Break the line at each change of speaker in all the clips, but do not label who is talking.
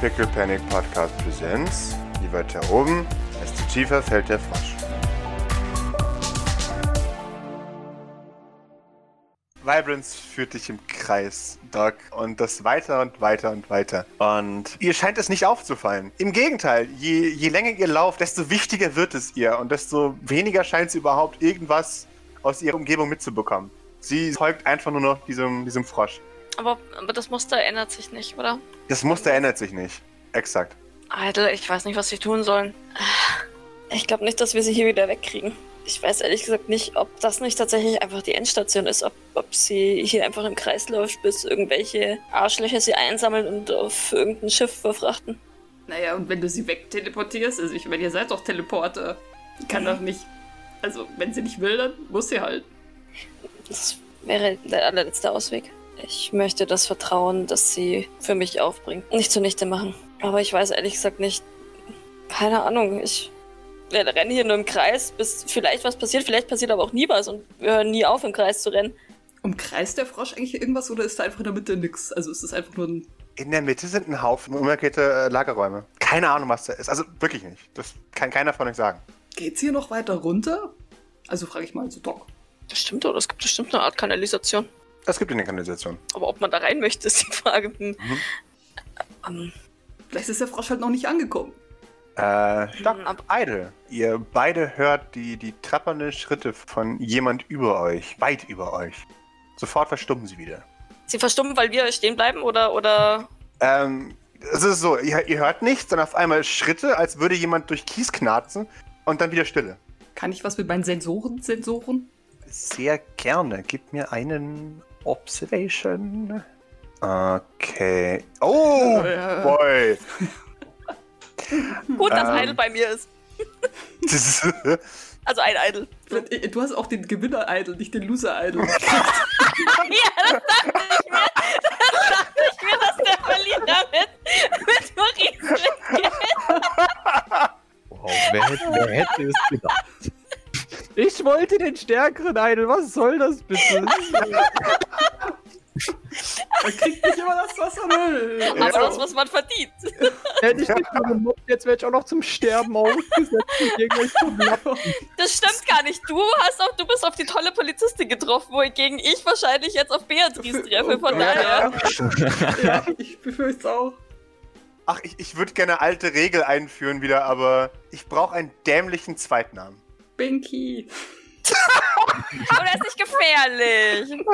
Pickle Panic Podcast Präsenz. Je weiter oben, desto tiefer fällt der Frosch. Vibrance führt dich im Kreis, Doc, und das weiter und weiter und weiter. Und ihr scheint es nicht aufzufallen. Im Gegenteil, je, je länger ihr lauft, desto wichtiger wird es ihr und desto weniger scheint sie überhaupt irgendwas aus ihrer Umgebung mitzubekommen. Sie folgt einfach nur noch diesem, diesem Frosch.
Aber, aber das Muster ändert sich nicht, oder?
Das Muster ändert sich nicht. Exakt.
Idle, ich weiß nicht, was sie tun sollen.
Ich glaube nicht, dass wir sie hier wieder wegkriegen. Ich weiß ehrlich gesagt nicht, ob das nicht tatsächlich einfach die Endstation ist, ob, ob sie hier einfach im Kreis läuft, bis irgendwelche Arschlöcher sie einsammeln und auf irgendein Schiff verfrachten.
Naja, und wenn du sie wegteleportierst, also ich meine, ihr seid doch Teleporter. Die kann doch nicht. Also, wenn sie nicht will, dann muss sie halt.
Das wäre der allerletzte Ausweg. Ich möchte das Vertrauen, das sie für mich aufbringt, nicht zunichte machen. Aber ich weiß ehrlich gesagt nicht. Keine Ahnung. Ich renne hier nur im Kreis, bis vielleicht was passiert. Vielleicht passiert aber auch nie was und wir hören nie auf, im Kreis zu rennen.
Umkreist der Frosch eigentlich irgendwas oder ist da einfach in der Mitte nix? Also ist das einfach nur ein.
In der Mitte sind ein Haufen umgekehrte äh, Lagerräume. Keine Ahnung, was da ist. Also wirklich nicht. Das kann keiner von euch sagen.
Geht's hier noch weiter runter? Also frage ich mal zu Doc.
Bestimmt, oder? Es gibt bestimmt eine Art Kanalisation.
Es gibt eine Kanalisation.
Aber ob man da rein möchte, ist die Frage. Hm. Ähm,
Vielleicht ist der Frosch halt noch nicht angekommen.
Äh, Doc, Idle. Ihr beide hört die, die trappernden Schritte von jemand über euch, weit über euch. Sofort verstummen sie wieder.
Sie verstummen, weil wir stehen bleiben, oder? oder
Ähm, es ist so, ihr, ihr hört nichts, dann auf einmal Schritte, als würde jemand durch Kies knarzen und dann wieder Stille.
Kann ich was mit meinen Sensoren sensoren?
Sehr gerne. Gib mir einen Observation. Okay. Oh,
Ja.
boy.
gut, dass
Ähm.
Idle bei mir ist.
Das ist,
Also ein Idle.
äh, Du hast auch den Gewinner-Idol, nicht den Loser-Idol.
Ja, das dachte ich mir. Das dachte ich mir, dass der Verlierer mit, mit Maurice mitgeht.
Wow, wer hätte, wer hätte es gedacht?
Ich wollte den stärkeren Idol. Was soll das bitte?
Er kriegt nicht immer das, was er will. Also,
Aber das, was man verdient.
Hätte ich nicht nur gemobbt, jetzt wäre ich auch noch zum Sterben ausgesetzt und irgendwelchen Lappen.
Das stimmt gar nicht. Du hast auf, du bist auf die tolle Polizistin getroffen, wohingegen ich wahrscheinlich jetzt auf Beatrice treffe.
Oh
Von daher.
Ja, ich befürchte es auch.
ach, ich, ich würde gerne alte Regel einführen wieder, aber ich brauche einen dämlichen Zweitnamen.
Binky.
Aber das ist nicht gefährlich.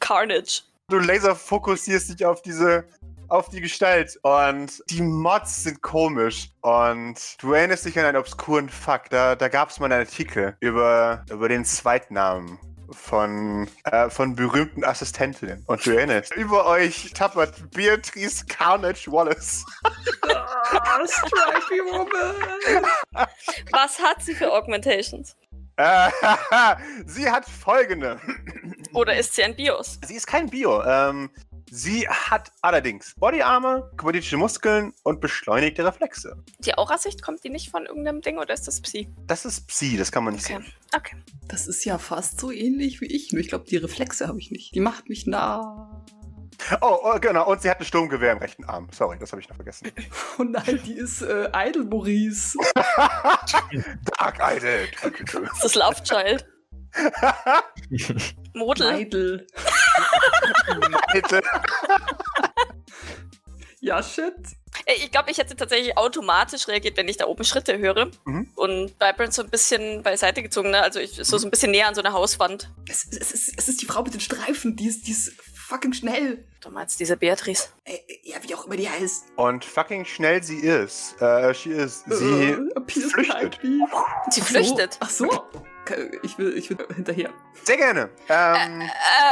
Carnage.
Du laserfokussierst dich auf diese, auf die Gestalt und die Mods sind komisch und du erinnerst dich an einen obskuren Fakt. Da, da gab es mal einen Artikel über, über den Zweitnamen von, äh, von berühmten Assistentinnen und du erinnerst. Über euch tappert Beatrice Carnage Wallace.
Ah, Stripey Woman.
Was hat sie für Augmentations?
Äh, sie hat folgende.
Oder ist sie ein Bios?
Sie ist kein Bio. Ähm, sie hat allerdings Bodyarme, kybernetische Muskeln und beschleunigte Reflexe.
Die Aurasicht kommt die nicht von irgendeinem Ding oder ist das Psi?
Das ist Psi, das kann man nicht
Okay.
sehen.
Okay.
Das ist ja fast so ähnlich wie ich, nur ich glaube, die Reflexe habe ich nicht. Die macht mich nah.
Oh, oh, genau. Und sie hat ein Sturmgewehr im rechten Arm. Sorry, das habe ich noch vergessen.
Oh nein, die ist äh, Idol Maurice.
Dark Idol.
Ist das Love Child? Model.
Idol.
Idol.
Ja, shit.
Äh, Ich glaube, ich hätte tatsächlich automatisch reagiert, wenn ich da oben Schritte höre.
Mhm.
Und Vibrant so ein bisschen beiseite gezogen, ne? Also ich, so, so ein bisschen näher an so einer Hauswand.
Es, es, es, es ist die Frau mit den Streifen, die ist, die ist fucking schnell.
Du meinst diese Beatrice?
Äh, ja, wie auch immer die heißt.
Und fucking schnell sie ist. Äh, she is. Sie.
äh, appears
flüchtet.
behind me.
Sie flüchtet.
Ach so. Ach so. Okay, Ich will, ich will hinterher.
Sehr gerne. Ähm,
Äh,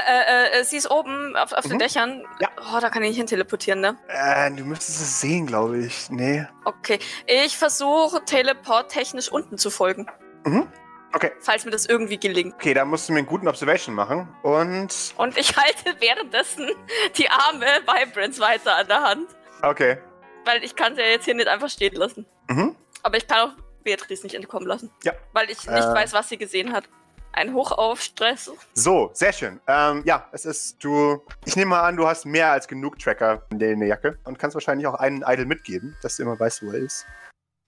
äh, äh, sie ist oben auf, auf
Mhm.
den Dächern.
Ja.
Oh, da kann ich nicht hin teleportieren, ne?
äh, du müsstest es sehen, glaube ich. Nee.
Okay. Ich versuche teleport-technisch unten zu folgen.
Mhm. Okay.
Falls mir das irgendwie gelingt.
Okay, da musst du mir einen guten Observation machen. Und.
Und ich halte währenddessen die Arme Vibrants weiter an der Hand.
Okay.
Weil ich kann sie ja jetzt hier nicht einfach stehen lassen.
Mhm.
Aber ich kann auch Beatrice nicht entkommen lassen.
Ja.
Weil ich nicht
Äh.
weiß, was sie gesehen hat.
Ein Hoch auf Stress.
So, sehr schön. Ähm, ja, es ist, du, ich nehme mal an, du hast mehr als genug Tracker in der in der Jacke und kannst wahrscheinlich auch einen Idol mitgeben, dass du immer weißt, wo er ist.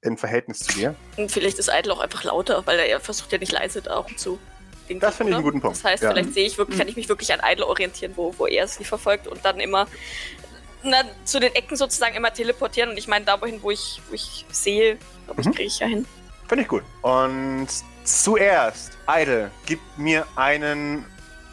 Im Verhältnis zu dir.
Und vielleicht ist Eitel auch einfach lauter, weil er ja versucht ja nicht leise da auch zu. den
Das
Klick,
finde ich
oder?
einen guten Punkt.
Das heißt,
ja.
vielleicht sehe ich wirklich, kann ich mich wirklich an Idle orientieren, wo, wo er sie verfolgt und dann immer na, zu den Ecken sozusagen immer teleportieren. Und ich meine, da wohin, wo ich, wo ich sehe, glaube ich,
Mhm.
kriege ich ja hin.
Finde ich gut. Und zuerst, Idle, gib mir einen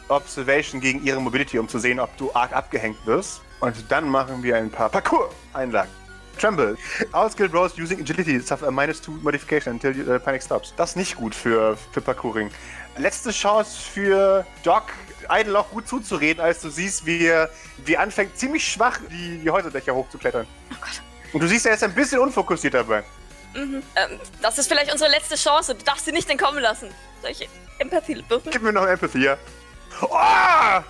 Observation gegen ihre Mobility, um zu sehen, ob du arg abgehängt wirst. Und dann machen wir ein paar Parcours-Einlagen. Tremble. All skill rolls using agility suffer a minus two modification until you- äh, panic stops. Das ist nicht gut für, für Parcouring. Letzte Chance für Doc, Idle auch gut zuzureden, als du siehst, wie er wie er anfängt, ziemlich schwach die, die Häuserdächer hochzuklettern.
Oh Gott.
Und du siehst, er ist ein bisschen unfokussiert dabei.
Mhm. Ähm, das ist vielleicht unsere letzte Chance. Du darfst sie nicht entkommen lassen. Solche Empathie würfeln.
Gib mir noch Empathy, ja. Oh!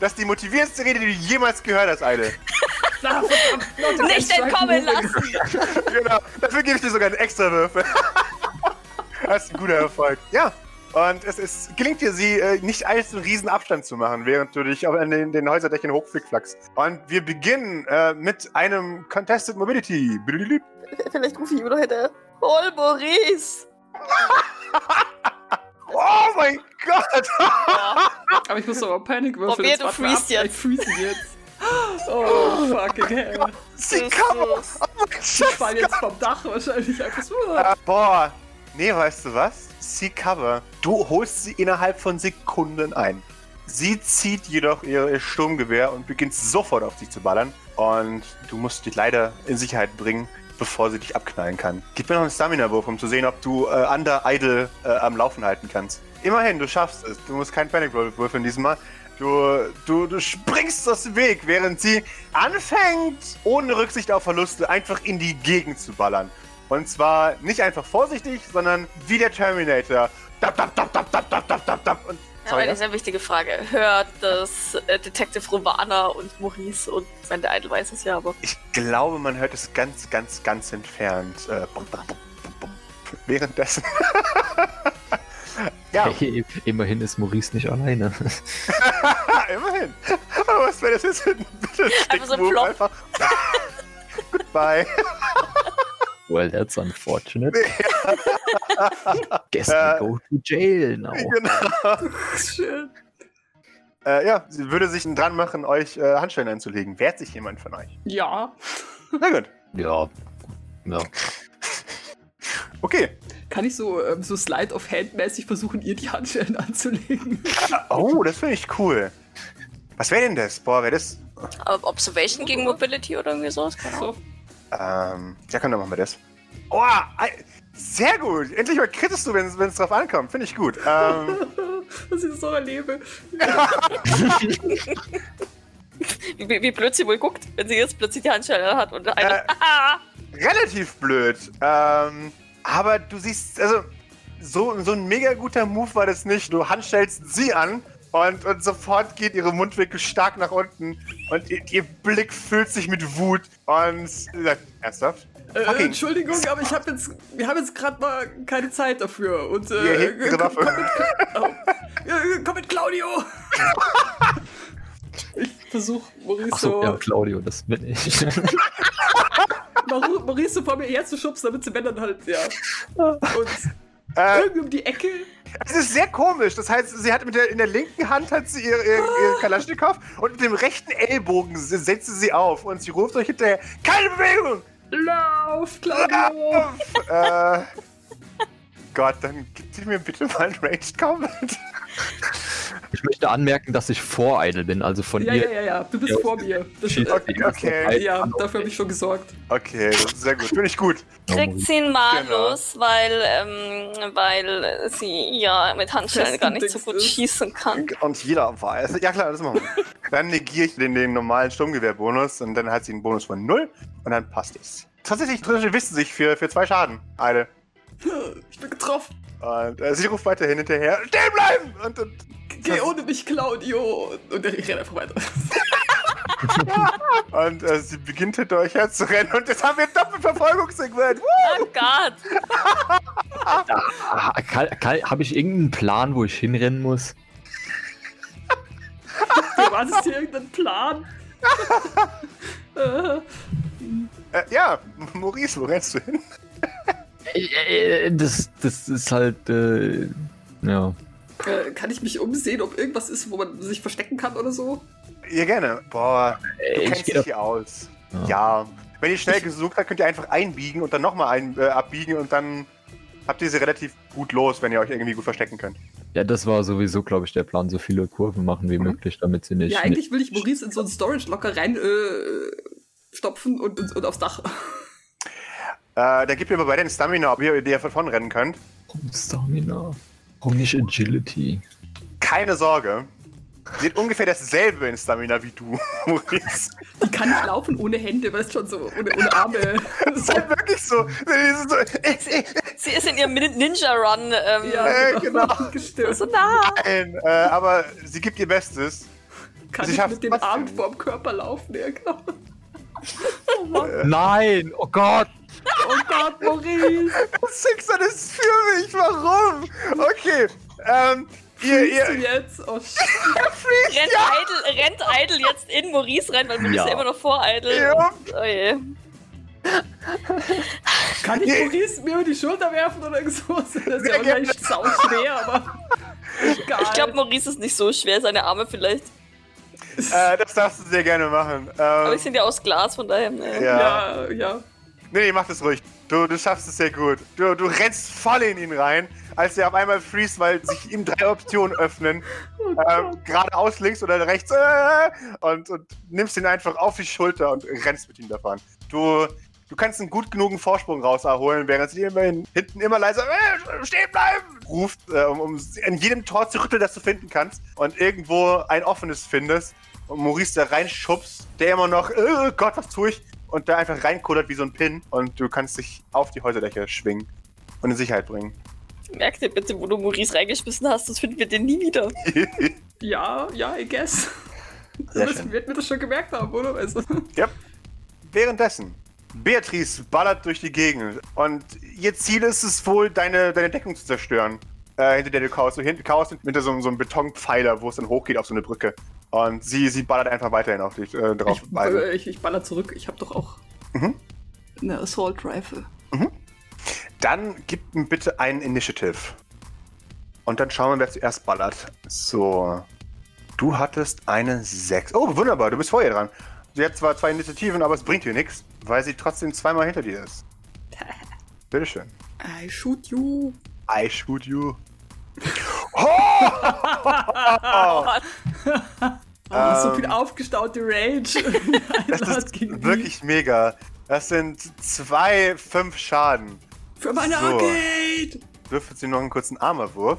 Das ist die motivierendste Rede, die du jemals gehört hast, Eile.
Na, verdammt, Leute,
Nicht
ganz
entkommen
schweigen.
lassen!
genau. Dafür gebe ich dir sogar einen extra Würfel. das ist ein guter Erfolg. Ja. Und es, es gelingt dir, sie äh, nicht allzu einen riesen Abstand zu machen, während du dich auf an den, den Häuserdächern hochflickflackst. Und wir beginnen äh, mit einem Contested Mobility. Blülülü.
Vielleicht rufe ich ihm noch hinterher. Hol Maurice!
Oh mein Gott!
Aber ich muss aber Panik würfeln.
Probier,
jetzt
du
warte mal
freest
ab,
jetzt.
Ich freeze jetzt. Oh, fucking hell.
Sie kam
Jesus.
Ich fall jetzt vom Dach wahrscheinlich einfach so.
Ah, Boah. Nee, weißt du was? Sie cover. Du holst sie innerhalb von Sekunden ein. Sie zieht jedoch ihr ihr Sturmgewehr und beginnt sofort auf dich zu ballern. Und du musst dich leider in Sicherheit bringen, bevor sie dich abknallen kann. Gib mir noch einen Stamina-Wurf, um zu sehen, ob du äh, Under Idle äh, am Laufen halten kannst. Immerhin, du schaffst es. Du musst keinen Panic-Roll würfeln diesmal. Du, du, du springst aus dem Weg, während sie anfängt, ohne Rücksicht auf Verluste, einfach in die Gegend zu ballern. Und zwar nicht einfach vorsichtig, sondern wie der Terminator. Dab, dab, dab, dab, dab, dab, dab, dab, dab. Und,
Aber
sorry,
eine sehr wichtige Frage. Hört das äh, Detective Romana und Maurice und wenn der Idol weiß es ja, aber.
ich glaube, man hört es ganz, ganz, ganz entfernt. Äh, bum, bum, bum, bum, bum. Währenddessen. ja,
Hey, immerhin ist Maurice nicht alleine.
immerhin. Aber was wäre das jetzt für ein
Einfach so ein
Move?
Plop.
Einfach. Goodbye.
Well, that's unfortunate. Guess we go to jail now.
Genau.
Schön.
Äh, ja, sie würde sich dran machen, euch äh, Handschellen einzulegen. Wehrt sich jemand von euch?
Ja.
Na gut.
Ja. ja.
Okay.
Kann ich so, ähm, so Slide of Hand-mäßig versuchen, ihr die Handschellen anzulegen?
Oh, das finde ich cool. Was wäre denn das? Boah, wäre das.
Ob- Observation gegen Mobility oder irgendwie sowas? Keine Ahnung.
So.
Ähm, ja, komm, dann machen wir das. Oh, ei- sehr gut. Endlich mal krittest du, wenn es drauf ankommt. Finde ich gut. Ähm,
Dass ich das noch erlebe.
Wie, wie blöd sie wohl guckt, wenn sie jetzt plötzlich die Handschelle hat und eine.
Äh. relativ blöd. Ähm, aber du siehst, also, so, so ein mega guter Move war das nicht. Du handstellst sie an und, und sofort geht ihre Mundwinkel stark nach unten und ihr, ihr Blick füllt sich mit Wut. Und. Äh, ernsthaft?
Äh,
Fucking-
Entschuldigung, aber ich hab jetzt, wir haben jetzt gerade mal keine Zeit dafür. Und
Ihr
äh,
hebt ihre
komm,
Waffe.
komm, mit, Cla- oh. Äh, komm mit Claudio! ich versuche Maurice, so,
Achso, ja, Claudio, das bin ich.
Maru- Maurice so vor mir herzuschubsen, damit sie Männern halt, ja. Und
Äh,
irgendwie um die Ecke.
Es ist sehr komisch. Das heißt, sie hat mit der, in der linken Hand hat sie ihr, ihr, ihr
Ah.
Kalaschnikow und mit dem rechten Ellbogen se- setzt sie sie auf und sie ruft euch hinterher: Keine Bewegung!
Lauf, Claudio!
äh, Gott, dann gib dir mir bitte mal einen Ranged Combat.
Ich möchte anmerken, dass ich voreidel bin, also von
Ja,
ihr.
ja, ja, ja, du bist
Ja.
vor mir. Das,
schießt
äh,
Okay,
die ganze
okay.
Zeit
ja,
an.
dafür habe ich schon gesorgt.
Okay, das ist sehr gut. Finde ich gut.
Kriegt sie einen Malus, weil, ähm, weil sie ja mit Handschellen gar nicht so gut
Festendings ist.
schießen kann.
Und jeder weiß. Ja, klar, das machen wir. Dann negiere ich den, den normalen Sturmgewehrbonus und dann hat sie einen Bonus von 0 und dann passt es. Tatsächlich Trüffel wissen sich für, für zwei Schaden. Eine.
Ich bin getroffen.
Und äh, sie ruft weiterhin hinterher: Stehen bleiben! Und, und
Geh ohne mich, Claudio! Und er rennt einfach weiter.
Und äh, sie beginnt hinter euch herzurennen und jetzt haben wir ein Doppelverfolgungssequenz. Woo!
Oh Gott!
Ah,
Habe ich irgendeinen Plan, wo ich hinrennen muss?
Was ist hier irgendein Plan? Äh,
Äh, ja, Maurice, wo rennst du hin?
Äh, äh, Das, das ist halt, äh, ja.
äh, kann ich mich umsehen, ob irgendwas ist, wo man sich verstecken kann oder so?
Ja, gerne. Boah, du
Äh, Ich
kennst
gehe
dich
auf,
hier aus.
Ja.
Ja. Wenn ihr schnell gesucht habt, könnt ihr einfach einbiegen und dann nochmal ein, äh, abbiegen und dann habt ihr sie relativ gut los, wenn ihr euch irgendwie gut verstecken könnt.
ja, das war sowieso, glaube ich, der Plan, so viele Kurven machen wie möglich, damit sie nicht.
ja, eigentlich will ich ne- Maurice in so einen Storage-Locker rein äh, stopfen und, und, und aufs Dach.
Äh, da gebt ihr aber beide den Stamina, ob ihr dir davonrennen könnt.
Warum Stamina? Warum nicht Agility?
Keine Sorge. Sie hat ungefähr dasselbe in Stamina wie du, Maurice.
Die kann nicht laufen ohne Hände, weißt schon, so ohne, ohne Arme.
Das ist halt wirklich so. Das ist so äh, äh,
Sie ist in ihrem Nin- Ninja-Run. Ähm,
Äh,
genau. Gestimmt.
So nah.
nein. Äh, aber sie gibt ihr Bestes.
Kann
Sie
ich
schafft
mit dem
trotzdem.
Arm vorm Körper laufen, ja genau.
Nein! Oh Gott!
Oh Gott, Maurice!
Das Schicksal ist für mich. Warum? Okay. Ähm, ihr,
Bist du
ihr,
jetzt? Oh shit.
Rennt, Idle, rennt Idle jetzt in Maurice rein, weil Maurice
Ja.
ja, immer noch vor Idle.
Ja.
Oh je.
Kann ich Maurice mir über die Schulter werfen oder so? Das ist ja
genau.
wahrscheinlich sau schwer, aber egal.
Ich glaube, Maurice ist nicht so schwer, seine Arme vielleicht.
äh, das darfst du sehr gerne machen.
Aber
Ähm,
die sind ja aus Glas, von daher. Ne?
ja.
ja, ja.
Nee, nee, mach das ruhig. Du, du schaffst es sehr gut. Du, du rennst voll in ihn rein, als er auf einmal freest, weil sich ihm drei Optionen öffnen. ähm, geradeaus, links oder rechts. Äh, und, und nimmst ihn einfach auf die Schulter und rennst mit ihm davon. Du, du kannst einen gut genugen Vorsprung rausholen, während sie immerhin hinten immer leiser äh, stehen bleiben ruft, äh, um, um an jedem Tor zu rütteln, das du finden kannst. Und irgendwo ein offenes findest und Maurice da reinschubst, der immer noch, äh, Gott, was tue ich? Und da einfach reinkullert wie so ein Pin und du kannst dich auf die Häuserdächer schwingen und in Sicherheit bringen.
Merk dir bitte, wo du Maurice reingeschmissen hast, sonst finden wir den nie wieder.
Ja, ja, I guess.
Sehr
das
schön.
wird mir das schon gemerkt haben, oder? Also,
Währenddessen, Beatrice ballert durch die Gegend und ihr Ziel ist es wohl, deine, deine Deckung zu zerstören. Äh, hinter der du Chaos, so hinter, Chaos hinter so, einem- so einem Betonpfeiler, wo es dann hochgeht auf so eine Brücke. Und sie, sie ballert einfach weiterhin auf dich äh, drauf.
ich,
Also,
äh, ich, ich baller zurück. Ich habe doch auch
Mhm.
eine Assault Rifle.
Dann gib mir bitte einen Initiative. Und dann schauen wir, wer zuerst ballert. So. Du hattest eine 6. Oh, wunderbar, du bist vorher dran. Sie hat zwar zwei Initiativen, aber es bringt dir nichts, weil sie trotzdem zweimal hinter dir ist. Bitteschön.
I shoot you.
I shoot you.
Oh, so viel aufgestaute Rage.
Ähm. Das
Einlass
ist
gegen die.
wirklich mega. Das sind zwei, fünf Schaden.
Für meine
So.
Arcade!
Würfelt sie noch einen kurzen Armerwurf.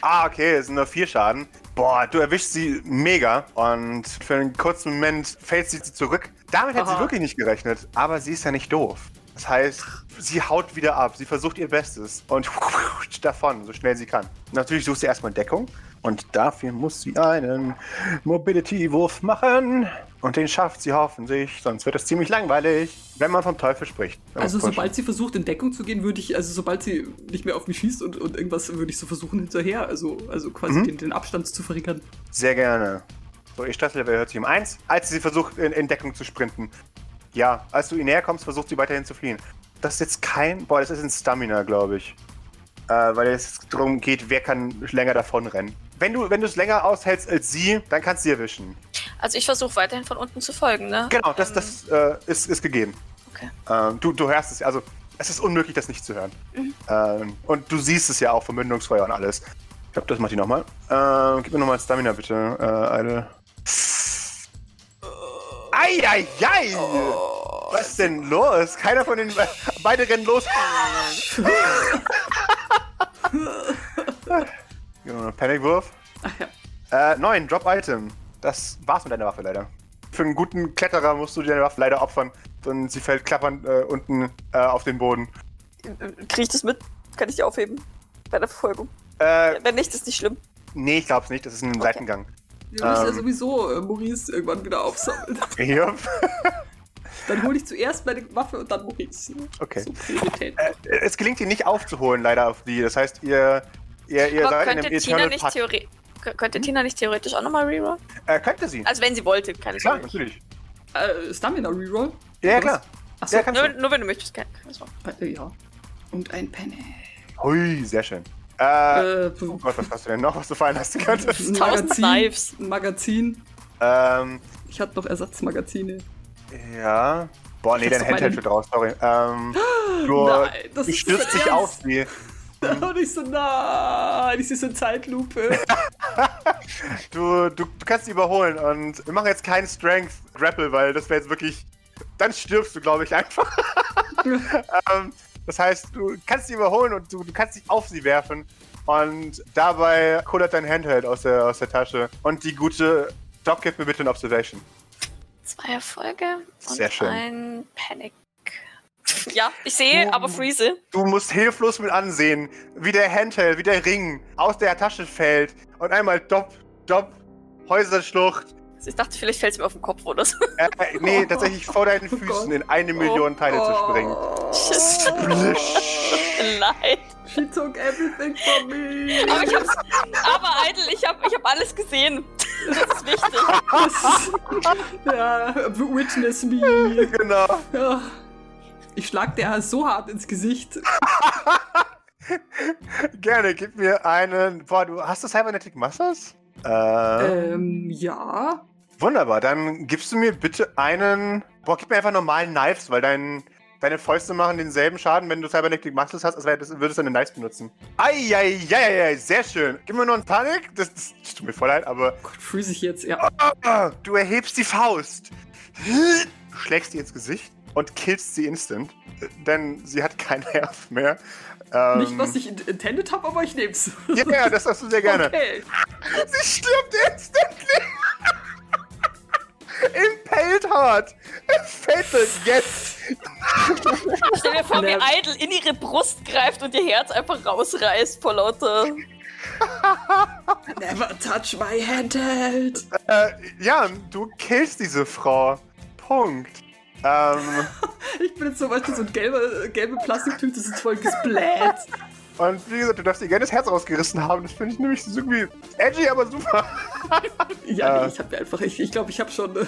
Ah, okay, es sind nur vier Schaden. Boah, du erwischst sie mega und für einen kurzen Moment fällt sie zurück. Damit hat sie
Aha.
wirklich nicht gerechnet, aber sie ist ja nicht doof. Das heißt, sie haut wieder ab, sie versucht ihr Bestes und davon, so schnell sie kann. Natürlich sucht sie erstmal Deckung und dafür muss sie einen Mobility-Wurf machen. Und den schafft sie hoffentlich, sonst wird es ziemlich langweilig, wenn man vom Teufel spricht. Wenn
Also
man's vorstellt.
sobald sie versucht, in Deckung zu gehen, würde ich, also sobald sie nicht mehr auf mich schießt und, und irgendwas, würde ich so versuchen hinterher, also, also quasi
Mhm.
den, den Abstand zu verringern.
Sehr gerne. So, ihr Stresslevel hört sich um 1, als sie versucht, in, in Deckung zu sprinten. Ja, als du ihr näher kommst, versucht sie weiterhin zu fliehen. Das ist jetzt kein. Boah, das ist ein Stamina, glaube ich. Äh, weil es darum geht, wer kann länger davon rennen. Wenn du wenn du es länger aushältst als sie, dann kannst du sie erwischen.
Also ich versuche weiterhin von unten zu folgen, ne?
Genau, das, das äh, ist, ist gegeben.
Okay.
Ähm, du, du hörst es, also es ist unmöglich, das nicht zu hören. Ähm, und du siehst es ja auch vom Mündungsfeuer und alles. Ich glaube, das macht die nochmal. Ähm, gib mir nochmal Stamina bitte, äh, Eile. Eieiei! Was ist denn los? Keiner von den. Beide rennen los. Gib mir noch einen Panikwurf.
Ach ja.
Äh, neun, Drop Item. Das war's mit deiner Waffe leider. Für einen guten Kletterer musst du deine Waffe leider opfern. Denn sie fällt klappernd äh, unten äh, auf den Boden.
Kriege ich das mit? Kann ich die aufheben? Bei der Verfolgung.
Äh,
Wenn nicht, ist nicht schlimm.
nee, ich glaub's nicht. Das ist ein Seitengang.
Wir müssen ja
Ähm.
sowieso äh, Maurice irgendwann wieder aufsammeln.
Jupp.
Dann hole ich zuerst meine Waffe und dann hole ich sie.
Okay.
So Priorität.
Äh, Es gelingt ihr nicht aufzuholen, leider auf die. Das heißt, ihr, ihr, ihr
Aber
seid in
könnte
einem
Tina,
Eternal Hm?
nicht
Pact.
theore- kö- könnte Tina nicht theoretisch auch nochmal rerollen?
Äh, könnte sie.
Also wenn sie wollte, kann ich
Klar, natürlich.
Äh, Stamina Reroll?
Ja, ja, klar.
Achso,
Ja,
ja,
kannst
Nur,
du.
nur wenn du möchtest, kann kann ich auch.
äh, ja. Und ein Penny.
Hui, sehr schön. Äh,
Äh,
oh Gott, was hast du denn noch, was du fallen lassen könntest?
Tausend Knives.
Magazin.
ähm,
Ich hatte noch Ersatzmagazine.
ja. Boah, nee,
Das
dein
ist meine-
Handheld steht drauf, sorry. Ähm, du,
Nein, das
du
ist
stürzt
nicht
dich
ernst.
auf sie. Mhm.
Und ich so, nein, ich sehe so eine Zeitlupe.
Du, du, du kannst sie überholen und wir machen jetzt keinen Strength Grapple, weil das wäre jetzt wirklich. Dann stirbst du, glaube ich, einfach. ähm, das heißt, du kannst sie überholen und du, du kannst dich auf sie werfen. Und dabei kullert dein Handheld aus der, aus der Tasche. Und die gute Doc gibt mir bitte ein Observation.
Zwei Erfolge und
Sehr schön.
ein Panic. Ja, ich sehe, aber freeze.
Du musst hilflos mit ansehen, wie der Handheld, wie der Ring aus der Tasche fällt. Und einmal dopp, dopp, Häuserschlucht.
Ich dachte, vielleicht fällt es mir auf den Kopf oder so.
Äh, äh, nee, tatsächlich vor deinen Füßen in
Oh
eine Million Teile zu springen.
Schiss. Leid.
She took everything from me.
Aber ich hab's. Aber Eitel, ich hab, ich hab alles gesehen. Das ist wichtig.
ja, witness me.
Genau.
Ja. Ich schlag der so hart ins Gesicht.
Gerne, gib mir einen. Boah, du hast du Cybernetic Masters? Äh,
Ähm, ja.
Wunderbar, dann gibst du mir bitte einen. Boah, gib mir einfach normalen Knives, weil dein, deine Fäuste machen denselben Schaden, wenn du Cybernetic Masters hast, als wär- das- würdest du deine Knives benutzen. Eieieiei, sehr schön. Gib mir nur einen Panik. Das, das tut mir voll leid, aber.
Gott, freeze ich jetzt, ja.
Ah, Du erhebst die Faust, schlägst ihr ins Gesicht und killst sie instant, denn sie hat keinen Nerv mehr. Ähm,
Nicht, was ich in- intended habe, aber ich nehm's.
Ja, ja, das hast du sehr gerne.
Okay.
Sie stirbt instantly. Impaled hard. Fatal, yes.
Stell dir vor, wie
Nerv.
Idol in ihre Brust greift und ihr Herz einfach rausreißt vor lauter.
Also-
Never touch my handheld.
Äh, ja, du killst diese Frau. Punkt. Ähm,
Ich bin jetzt zum Beispiel so eine gelbe, gelbe Plastiktüte, so voll gesplät.
und wie gesagt, du darfst ihr gerne das Herz rausgerissen haben. Das finde ich nämlich so irgendwie edgy, aber super.
Ja,
Äh.
nee, ich habe mir einfach, ich glaube, ich, glaub, ich habe schon. Äh,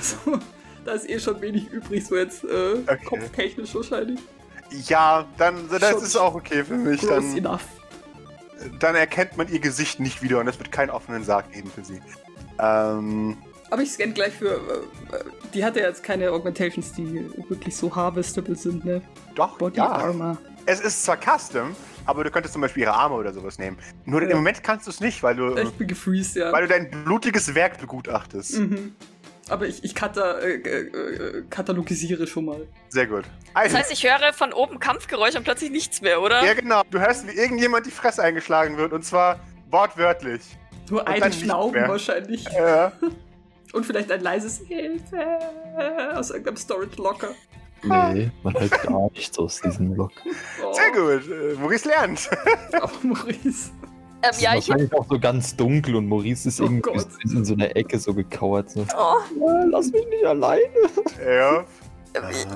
so, da ist eh schon wenig übrig, so jetzt äh,
Okay.
kopftechnisch wahrscheinlich.
Ja, dann das
Schon
ist auch okay für mich.
Gross genau.
Dann,
enough.
dann erkennt man ihr Gesicht nicht wieder und es wird keinen offenen Sarg geben für sie. Ähm,
Aber ich scanne gleich für. Äh, äh, die hat ja jetzt keine Augmentations, die wirklich so harvestable sind, ne?
doch,
Body
ja.
Armor.
Es ist zwar Custom, aber du könntest zum Beispiel ihre Arme oder sowas nehmen. Nur
Ja.
im Moment kannst du es nicht, weil du,
Ich bin gefreezed, ja.
Äh. weil du dein blutiges Werk begutachtest.
Mhm. Aber ich, ich kata, äh, äh, äh, katalogisiere schon mal.
Sehr gut.
Das
Also,
heißt, ich höre von oben Kampfgeräusche und plötzlich nichts mehr, oder?
ja genau, du hörst, wie irgendjemand die Fresse eingeschlagen wird und zwar wortwörtlich.
Nur
dann
einen
nicht
Schnauben
mehr.
wahrscheinlich.
Äh,
Und vielleicht ein leises Hilfe aus irgendeinem Storage-Locker.
Nee, man hört gar nichts aus diesem Block.
Oh,
sehr gut, äh, Maurice lernt.
Aber Maurice.
Ähm,
Es
ja,
ist
ich.
wahrscheinlich auch so ganz dunkel und Maurice ist
Oh
irgendwie
Gott.
so in so einer Ecke so gekauert. So,
Oh,
"Ah, lass mich nicht allein.
ja. Äh,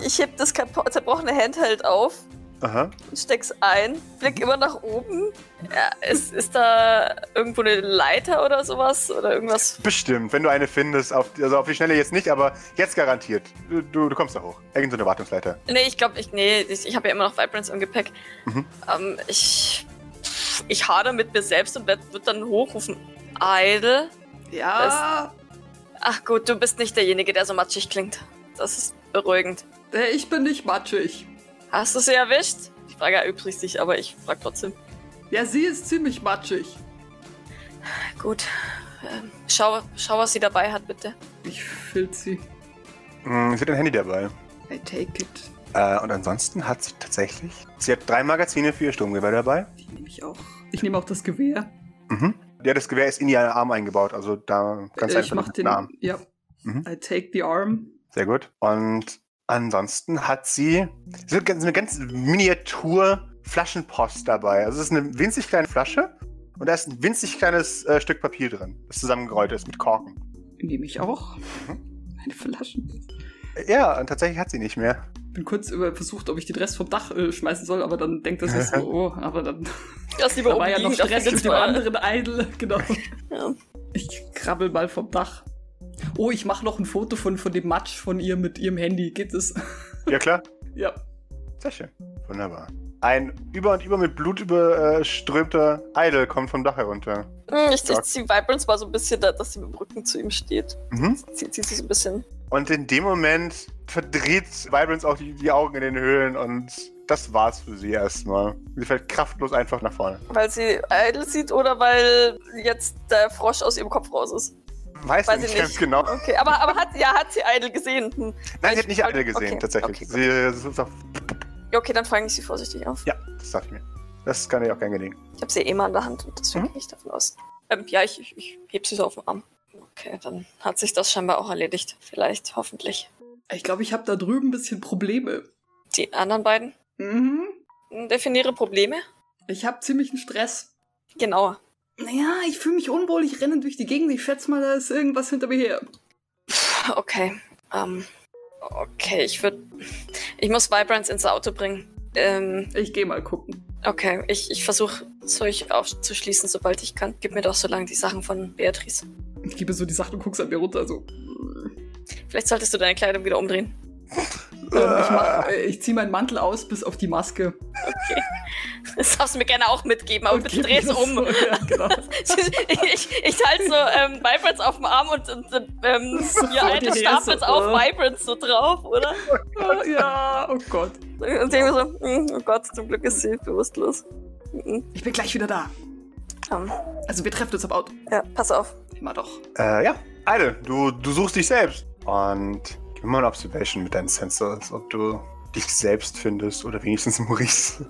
ich- ich heb das kapo- zerbrochene Handheld auf
Aha.
und steck's ein. Blick immer nach oben. Ja, ist, ist da irgendwo eine Leiter oder sowas? Oder irgendwas?
Bestimmt, wenn du eine findest, auf, die- also auf die Schnelle jetzt nicht, aber jetzt garantiert. Du, du, du kommst da hoch. Irgend so eine Wartungsleiter.
Nee, ich glaube, ich. Nee, ich, ich habe ja immer noch Vibrance im Gepäck.
Mhm.
Ähm, ich. Ich hadere mit mir selbst und werd, wird dann hochrufen. Idle.
Ja.
Ach gut, du bist nicht derjenige, der so matschig klingt. Das ist beruhigend.
äh, Ich bin nicht matschig.
Hast du sie erwischt? Die Frage erübrigt sich, aber ich frage trotzdem.
Ja, sie ist ziemlich matschig.
Gut. Ähm, schau, schau, was sie dabei hat, bitte.
Ich find sie.
Hm, sie hat ein Handy dabei.
I take it.
Äh, und ansonsten hat sie tatsächlich. Sie hat drei Magazine für ihr Sturmgewehr dabei.
Die nehme ich auch. Ich nehme auch das Gewehr.
Mhm. Ja, das Gewehr ist in ihren Arm eingebaut, also da kannst du
Äh, ich
einfach
mach
mit
den.
dem Arm.
Ja.
Mhm.
I take the arm.
Sehr gut. Und ansonsten hat sie sie hat ganz- eine ganz Miniatur Flaschenpost dabei. Also es ist eine winzig kleine Flasche und da ist ein winzig kleines äh, Stück Papier drin, das zusammengerollt ist mit Korken.
Nehme ich auch.
Mhm.
Meine Flaschen.
Ja, und tatsächlich hat sie nicht mehr.
bin kurz über versucht, ob ich den Rest vom Dach äh, schmeißen soll, aber dann denkt das jetzt so, oh, aber dann
Das
da
lieber
war ja noch
umliegen, das
Stress
gibt's
mit dem
mal.
anderen Idol. Genau.
Ja.
Ich krabbel mal vom Dach. Oh, ich mache noch ein Foto von, von dem Matsch von ihr mit ihrem Handy. Geht es?
Ja, klar.
ja.
Sehr schön. Wunderbar. Ein über und über mit Blut überströmter Idol kommt vom Dach herunter.
Hm, Ich, ich zieh Vibrance mal so ein bisschen, da, dass sie mit dem Rücken zu ihm steht.
Mhm.
Zieht sie so ein bisschen.
Und in dem Moment verdreht Vibrance auch die, die Augen in den Höhlen und das war's für sie erstmal. Sie fällt kraftlos einfach nach vorne.
Weil sie Idol sieht oder weil jetzt der Frosch aus ihrem Kopf raus ist.
Weiß,
Weiß
ich nicht
ich
ganz
nicht.
genau.
Okay, aber, aber hat, ja, hat sie Idol gesehen? Hm.
Nein, sie hat nicht alle
Okay,
gesehen,
okay,
tatsächlich.
okay, gut.
sie, das ist auch,
Ja, Okay, dann fange ich sie vorsichtig auf.
ja, das dachte ich mir. Das kann ja auch gern gelingen.
Ich habe sie eh mal in der Hand und deswegen
Mhm.
gehe ich davon aus. Ähm, ja, ich, ich, ich heb sie so auf den Arm. Okay, dann hat sich das scheinbar auch erledigt. Vielleicht, hoffentlich.
Ich glaube, ich habe da drüben ein bisschen Probleme.
Die anderen beiden?
Mhm.
Hm, Definiere Probleme? Genau.
Ich habe ziemlichen Stress.
Genauer.
Naja, ich fühle mich unwohl, ich renne durch die Gegend. Ich schätze mal, da ist irgendwas hinter mir her.
Okay. Ähm, okay, ich würde. Ich muss Vibrance ins Auto bringen. Ähm,
Ich gehe mal gucken.
okay, ich, ich versuche Zeug aufzuschließen, sobald ich kann. Gib mir doch so lange die Sachen von Beatrice.
Ich gebe so die Sachen und guck's an mir runter. So.
Vielleicht solltest du deine Kleidung wieder umdrehen.
Ähm, ich
Ah.
mach, äh, ich ziehe meinen Mantel aus bis auf die Maske.
Das darfst du mir gerne auch mitgeben, aber
Und
bitte
geb
dreh's
das
um.
so- Ja, genau.
ich, ich halte so ähm, Vibrance auf dem Arm und, und, und ähm, hier
die
alte
Nähe
Stapels
so,
auf
äh.
Vibrance so drauf, oder?
Ah, ja, oh Gott.
Und denke mir so, mm, oh Gott, zum Glück ist sie bewusstlos. Mhm.
Ich bin gleich wieder da.
Ähm,
Also wir treffen uns am Auto.
ja, pass auf.
Immer doch.
Äh, ja, Idol, du, du suchst dich selbst. Und gib mir mal eine Observation mit deinen Sensors, ob du dich selbst findest oder wenigstens Maurice.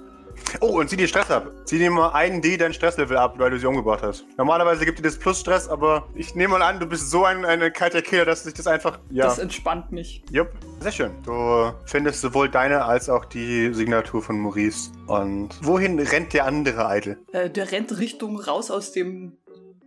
Oh, und zieh dir Stress ab. Zieh dir mal einen D dein Stresslevel ab, weil du sie umgebracht hast. Normalerweise gibt dir das plus Stress, aber ich nehme mal an, du bist so ein eine kalter Killer, dass sich das einfach. Ja.
Das entspannt mich.
Jupp, sehr schön. Du findest sowohl deine als auch die Signatur von Maurice. Und wohin rennt der andere Eitel?
Äh, der rennt Richtung raus aus dem.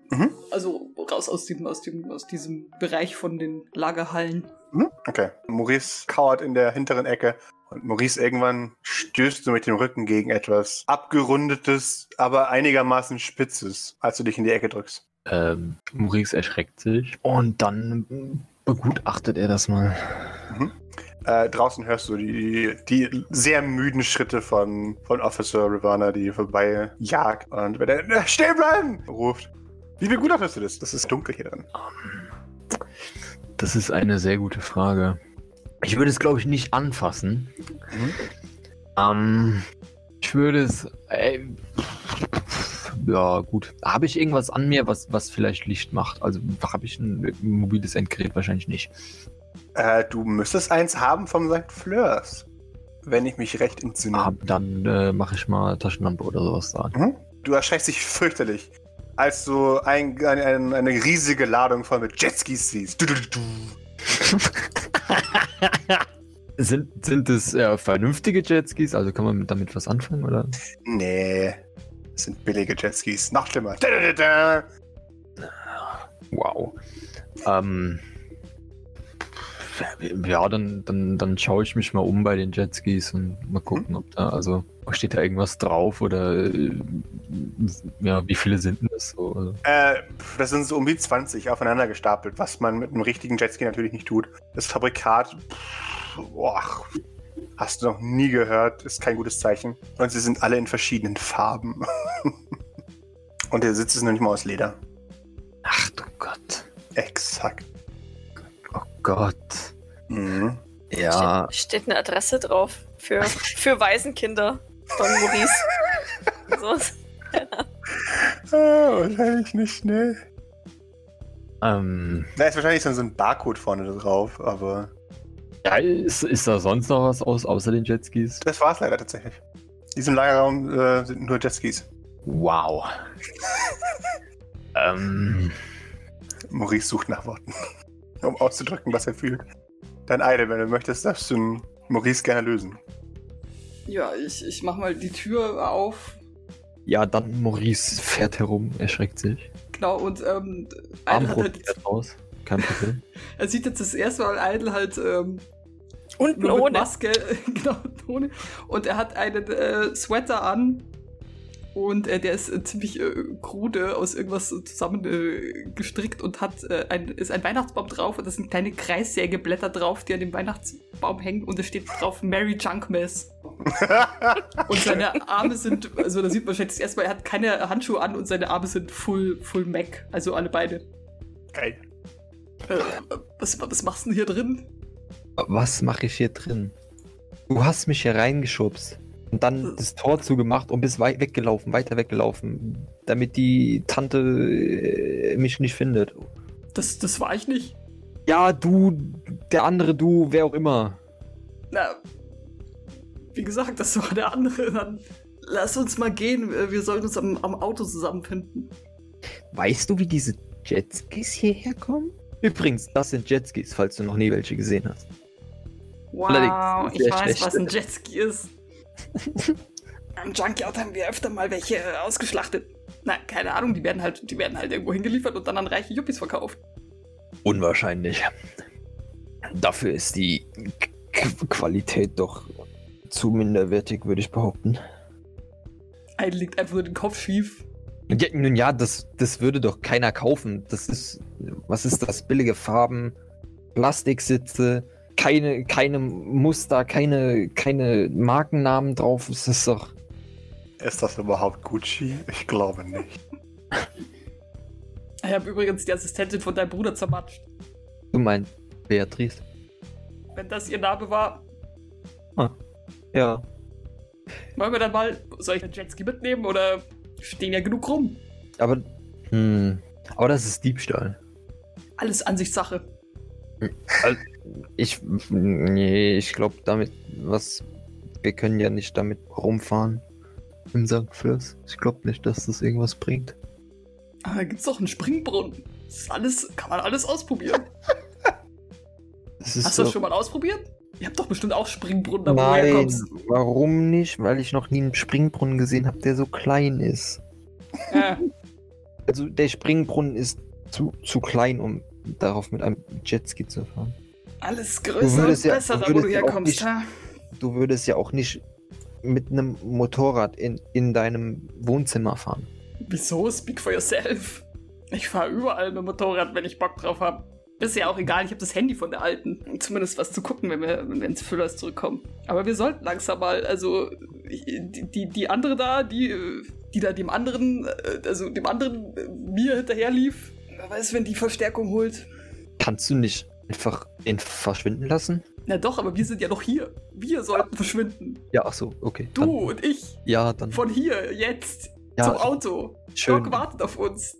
Mhm.
Also raus aus dem, aus dem, aus diesem Bereich von den Lagerhallen.
Hm? Okay. Maurice kauert in der hinteren Ecke. Und Maurice, irgendwann stößt du mit dem Rücken gegen etwas abgerundetes, aber einigermaßen spitzes, als du dich in die Ecke drückst.
Ähm, Maurice erschreckt sich und dann begutachtet er das mal.
Äh, draußen hörst du die, die sehr müden Schritte von, von Officer Rivana, die vorbei jagt und wenn er "Na, stehen bleiben ruft. Wie begutachtest du das? Das ist dunkel hier drin.
Das ist eine sehr gute Frage. Ich würde es, glaube ich, nicht anfassen.
Mhm.
Ähm, ich würde es. Äh, ja, gut. Habe ich irgendwas an mir, was, was vielleicht Licht macht? Also habe ich ein mobiles Endgerät wahrscheinlich nicht.
Äh, du müsstest eins haben vom St. Fleurs. Wenn ich mich recht entsinne.
Ah, dann äh, mache ich mal Taschenlampe oder sowas da.
Du erschreckst dich fürchterlich, als du ein, ein, ein, eine riesige Ladung voll mit Jetskis siehst. Du, du, du, du.
Sind, sind es äh, vernünftige Jetskis? Also kann man damit was anfangen, oder?
Nee, das sind billige Jetskis. Noch schlimmer. Da, da, da, da.
Wow. Ähm, ja, dann, dann, dann schaue ich mich mal um bei den Jetskis und mal gucken, ob da, also steht da irgendwas drauf oder äh, ja, wie viele sind denn das so? Also,
Äh, pf, das sind so um die 20 aufeinander gestapelt, was man mit einem richtigen Jetski natürlich nicht tut. Das Fabrikat, pff, boah, hast du noch nie gehört, ist kein gutes Zeichen. Und sie sind alle in verschiedenen Farben. Und der Sitz ist noch nicht mal aus Leder.
Ach du Gott.
Exakt.
Oh Gott.
Mhm.
Ja.
Steht, steht eine Adresse drauf für, für Waisenkinder von Maurice. so,
Ah, wahrscheinlich nicht schnell.
Ähm,
Da ist wahrscheinlich so so ein Barcode vorne drauf, aber
ja, ist, ist da sonst noch was aus, außer den Jetskis?
das war's leider tatsächlich. In diesem Lagerraum äh, sind nur Jetskis.
Wow. ähm,
Maurice sucht nach Worten, um auszudrücken, was er fühlt. Dein Idol, wenn du möchtest, darfst du ihn Maurice gerne lösen.
Ja, ich, ich mach mal die Tür auf.
ja, dann Maurice fährt herum, erschreckt sich.
Genau, und ähm, Idle hat
Armbrot
halt,
fährt raus. Kein Problem.
er sieht jetzt das erste Mal Idle halt ähm,
Unten
Nur mit
ohne.
Maske, genau, ohne. Und er hat einen äh, Sweater an. Und äh, der ist äh, ziemlich äh, krude aus irgendwas zusammengestrickt äh, gestrickt und hat äh, ein, ist ein Weihnachtsbaum drauf und da sind kleine Kreissägeblätter drauf, die an dem Weihnachtsbaum hängen und da steht drauf Merry Junkmas. und seine Arme sind, also da sieht man schätzt erstmal, er hat keine Handschuhe an und seine Arme sind full, full Mac, also alle Beine.
Geil.
Äh, was, was machst du denn hier drin?
Was mache ich hier drin? Du hast mich hier reingeschubst und dann das Tor zugemacht und bist weit weggelaufen, weiter weggelaufen, damit die Tante äh, mich nicht findet.
Das, das war ich nicht.
Ja, du, der andere, du, wer auch immer.
Na, wie gesagt, das war der andere. Dann lass uns mal gehen. äh, Wir sollten uns am, am Auto zusammenfinden.
Weißt du, wie diese Jetskis hierher kommen? Übrigens, das sind Jetskis, falls du noch nie welche gesehen hast.
Wow,
Allerdings,
ich
sehr
weiß,
schlecht.
was ein Jetski ist. Am Junkyard haben wir öfter mal welche äh, ausgeschlachtet. Na, keine Ahnung, die werden halt, die werden halt irgendwo hingeliefert und dann an reiche Yuppies verkauft.
Unwahrscheinlich. Dafür ist die Qu- Qualität doch zu minderwertig, würde ich behaupten.
Einen liegt einfach nur den Kopf schief.
Ja, nun ja, das, das würde doch keiner kaufen. Das ist, was ist das? Billige Farben, Plastiksitze, keine, keine Muster, keine, keine Markennamen drauf. Es ist doch.
Ist das überhaupt Gucci? Ich glaube nicht.
Ich habe übrigens die Assistentin von deinem Bruder zermatscht.
Du meinst Beatrice?
Wenn das ihr Name war,
Ja.
wollen wir dann mal, soll ich den Jetski mitnehmen oder stehen ja genug rum?
Aber. Hm, aber das ist Diebstahl.
Alles Ansichtssache.
Ich. Nee, ich glaube damit. Was. Wir können ja nicht damit rumfahren. Im St. Flörs. Ich glaube nicht, dass das irgendwas bringt.
Aber Ah, da gibt's doch einen Springbrunnen. Das ist alles, kann man alles ausprobieren.
Das ist
Hast du das
doch-
schon mal ausprobiert? Ihr habt doch bestimmt auch Springbrunnen, da wo du
Nein,
herkommst.
warum nicht? Weil ich noch nie einen Springbrunnen gesehen habe, der so klein ist.
Äh,
Also der Springbrunnen ist zu, zu klein, um darauf mit einem Jetski zu fahren.
alles
Du
größer und
würdest ja-
besser,
du
da wo
würdest
du
ja auch
herkommst.
nicht-
ha?
Du würdest ja auch nicht mit einem Motorrad in, in deinem Wohnzimmer fahren.
Wieso? Speak for yourself. Ich fahre überall mit dem Motorrad, wenn ich Bock drauf habe. Ist ja auch egal, ich habe das Handy von der alten. Zumindest was zu gucken, wenn wir wenn wir ins Füllers zurückkommen. Aber wir sollten langsam mal, also ich- die, die, die andere da, die, äh, die da dem anderen, äh, also dem anderen äh, mir hinterherlief, wer weiß, wenn die Verstärkung holt.
Kannst du nicht einfach ihn verschwinden lassen?
Na doch, aber wir sind ja noch hier. Wir sollten verschwinden.
Ja, ach so, okay.
Du
Dann,
und ich.
ja, dann.
Von hier, jetzt. zum
Ja,
Auto.
schön.
Doc wartet auf uns.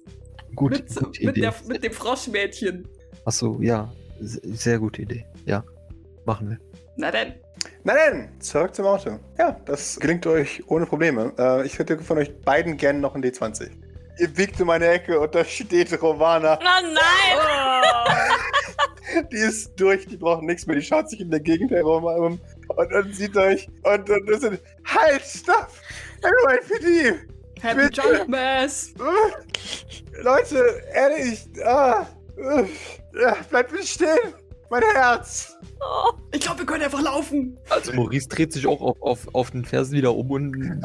Gut,
mit,
gute
mit,
Idee.
der, mit dem Froschmädchen.
Ach so, ja. se- Sehr gute Idee. Ja, machen wir.
Na denn.
Na denn, zurück zum Auto. Ja, das gelingt euch ohne Probleme. Äh, ich hätte von euch beiden gern noch ein D20. Ihr biegt um eine Ecke und da steht Romana.
Oh nein!
Oh,
Die ist durch, die braucht nichts mehr. Die schaut sich in der Gegend herum um und, und sieht euch. Und, und, und sind, halt, stopp! NYPD!
Happy
Bitte.
Junkmas.
Äh, Leute, ehrlich, ah, äh, äh, bleibt mir stehen! Mein Herz!
Oh,
Ich glaube, wir können einfach laufen.
Also Maurice dreht sich auch auf, auf, auf den Fersen wieder um und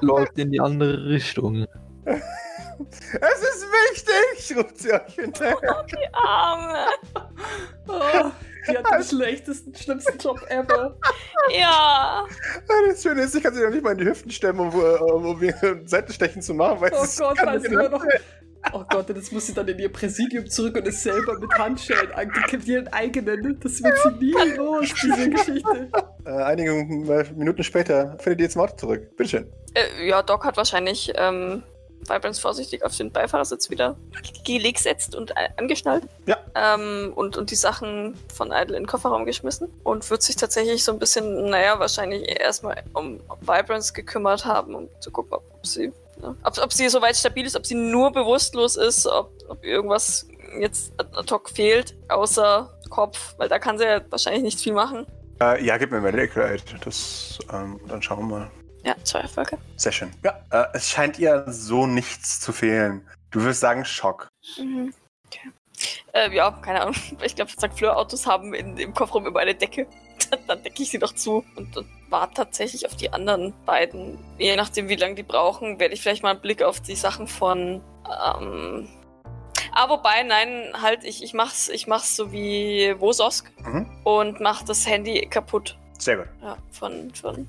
läuft in die andere Richtung.
Es ist wichtig! ruft sie euch hinterher.
die Arme!
Oh, die hat den schlechtesten, schlimmsten Job ever.
Ja!
Das Schöne ist, ich kann sie noch nicht mal in die Hüften stemmen, um, äh, um, um ihr ein Seitenstechen zu machen, weil
Oh
sie
Gott,
kann
weil sie
nicht.
immer noch. Oh Gott, und jetzt muss sie dann in ihr Präsidium zurück und ist selber mit Handschellen angekippt, ihren eigenen. Das wird sie nie los, diese Geschichte.
äh, Einige äh, Minuten später findet ihr jetzt im Auto zurück. Bitteschön.
Äh, ja, Doc hat wahrscheinlich ähm, Vibrance vorsichtig auf den Beifahrersitz wieder gelegsetzt und a- angeschnallt.
Ja.
Ähm, und, und die Sachen von Idle in den Kofferraum geschmissen. Und wird sich tatsächlich so ein bisschen, naja, wahrscheinlich erstmal um Vibrance gekümmert haben, um zu gucken, ob, ob sie. ne, Ob, ob sie soweit stabil ist, ob sie nur bewusstlos ist, ob, ob irgendwas jetzt ad ad hoc fehlt, außer Kopf, weil da kann sie ja wahrscheinlich nicht viel machen.
Äh, ja, gib mir mal Accurate. Das, ähm, dann schauen wir mal.
Ja, zwei Erfolge.
Sehr schön. Ja. Äh, es scheint ihr so nichts zu fehlen. Du wirst sagen Schock.
Mhm. Okay. Äh, ja, keine Ahnung. Ich glaube, St. Fleur-Autos haben in, im Kofferraum immer eine Decke. Dann, dann decke ich sie noch zu und, und warte tatsächlich auf die anderen beiden. Je nachdem, wie lange die brauchen, werde ich vielleicht mal einen Blick auf die Sachen von. Ähm, ah, wobei, nein, halt, ich, ich mach's, ich mach's so wie Wososk
Mhm.
und mach das Handy kaputt.
Sehr gut.
Ja, von, von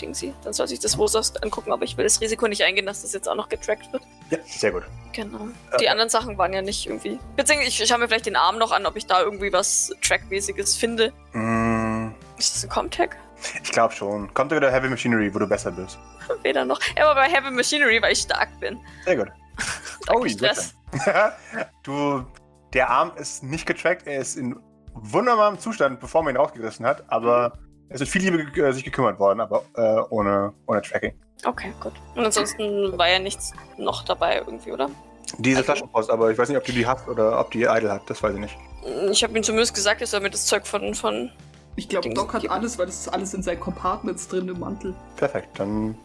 Dingsy. Dann soll sich das Wososk angucken, aber ich will das Risiko nicht eingehen, dass das jetzt auch noch getrackt wird.
Ja, sehr gut.
Genau. Die anderen Sachen waren ja nicht irgendwie. Beziehungsweise ich schaue mir vielleicht den Arm noch an, ob ich da irgendwie was Trackmäßiges finde.
Mm,
Ist das ein Comtag?
ich glaube schon. Kommt wieder Heavy Machinery, wo du besser bist.
Weder noch. Ja, aber bei Heavy Machinery, weil ich stark bin.
Sehr gut.
Danke,
Ui,
Stress.
du, der Arm ist nicht getrackt, er ist in wunderbarem Zustand, bevor man ihn rausgerissen hat, aber es ist viel Liebe ge- äh, sich gekümmert worden, aber äh, ohne, ohne Tracking.
Okay, gut. Und ansonsten war ja nichts noch dabei irgendwie, oder?
Diese
Also-
Flaschenpost, aber ich weiß nicht, ob du die hast oder ob die Idle hat, das weiß ich nicht.
Ich habe ihm zumindest gesagt, er soll mir das Zeug von. von
Ich glaube,
Dings
Doc hat
geben.
alles, weil das ist alles in seinen Compartments drin im Mantel.
Perfekt, dann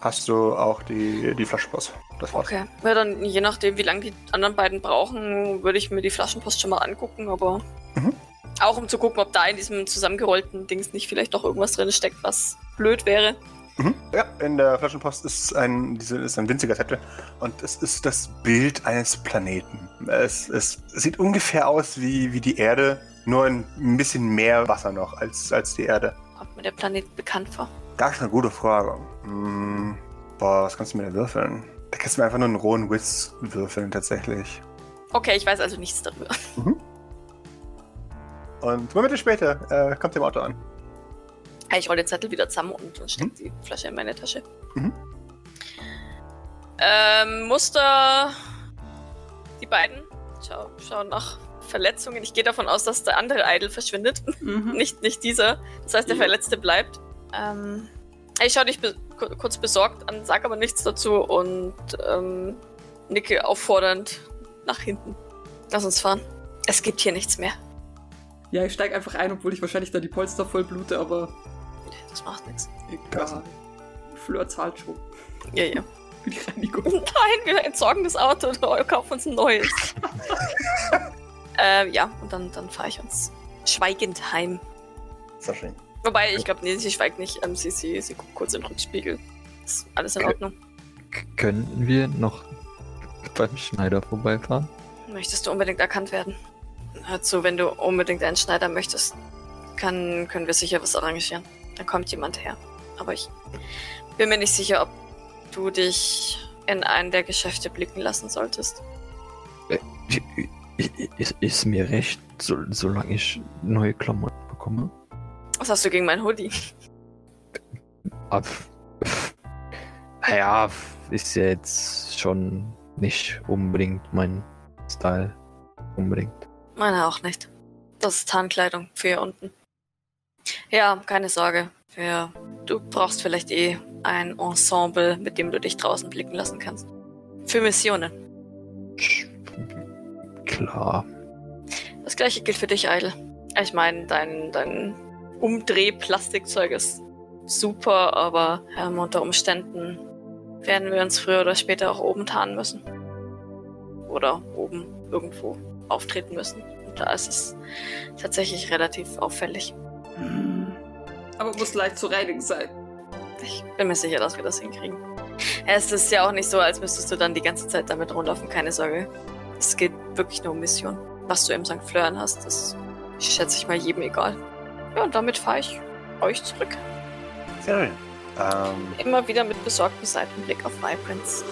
hast du auch die, die Flaschenpost. Das war's.
okay. Ja, dann je nachdem, wie lange die anderen beiden brauchen, würde ich mir die Flaschenpost schon mal angucken, aber.
Mhm.
Auch um zu gucken, ob da in diesem zusammengerollten Dings nicht vielleicht noch irgendwas drin steckt, was blöd wäre.
Mhm. Ja, in der Flaschenpost ist ein, diese, ist ein winziger Zettel und es ist das Bild eines Planeten. Es, es sieht ungefähr aus wie, wie die Erde, nur ein bisschen mehr Wasser noch als, als die Erde.
Ob mir der Planet bekannt war.
Das ist eine gute Frage. Hm, boah, was kannst du mir da würfeln? Da kannst du mir einfach nur einen rohen Whiz würfeln, tatsächlich.
Okay, ich weiß also nichts darüber.
Und Momente später äh, kommt ihr im Auto an.
Ah, Ich roll den Zettel wieder zusammen und, und stecke die Flasche in meine Tasche.
Mhm.
Ähm, Muster. Die beiden schau, schauen nach Verletzungen. Ich gehe davon aus, dass der andere Idol verschwindet.
Mhm.
nicht, nicht dieser. Das heißt, der
Ja.
Verletzte bleibt. Ähm, ich schaue dich be ku- kurz besorgt an, sag aber nichts dazu und ähm, nicke auffordernd nach hinten. Lass uns fahren. Es gibt hier nichts mehr.
Ja, ich steige einfach ein, obwohl ich wahrscheinlich da die Polster voll blute, aber
Das macht nichts.
egal. Fleur zahlt schon
Ja, ja.
für die Reinigung.
Nein, wir entsorgen das Auto oder kaufen uns ein neues. ähm, ja, und dann, dann fahre ich uns schweigend heim.
Sehr schön.
Wobei, ich glaube, nee, sie schweigt nicht. Ähm, sie, sie, sie guckt kurz in den Rückspiegel. Ist alles in
Okay.
Ordnung.
K- Können wir noch beim Schneider vorbeifahren?
Möchtest du unbedingt erkannt werden? Hör zu, wenn du unbedingt einen Schneider möchtest, kann, können wir sicher was arrangieren. Dann kommt jemand her. Aber ich bin mir nicht sicher, ob du dich in einen der Geschäfte blicken lassen solltest.
Ist, ist mir recht, so, solange ich neue Klamotten bekomme.
Was hast du gegen meinen Hoodie?
Ab. Ah, Naja, ist ja jetzt schon nicht unbedingt mein Style. Unbedingt.
Meine auch nicht. Das ist Tarnkleidung für hier unten. Ja, keine Sorge. Wir, du brauchst vielleicht eh ein Ensemble, mit dem du dich draußen blicken lassen kannst. Für Missionen.
Klar.
Das gleiche gilt für dich, Idle. Ich meine, dein, dein Umdreh-Plastikzeug ist super, aber ähm, unter Umständen werden wir uns früher oder später auch oben tarnen müssen. Oder oben irgendwo auftreten müssen. Und da ist es tatsächlich relativ auffällig.
Hm. Aber muss leicht zu reinigen sein.
Ich bin mir sicher, dass wir das hinkriegen. Es ist ja auch nicht so, als müsstest du dann die ganze Zeit damit rumlaufen, keine Sorge. Es geht wirklich nur um Mission. Was du im St. Flören hast, das schätze ich mal jedem egal. Ja, und damit fahre ich euch zurück.
Sehr schön. Ähm,
Immer wieder mit besorgtem Seitenblick auf Vibrance.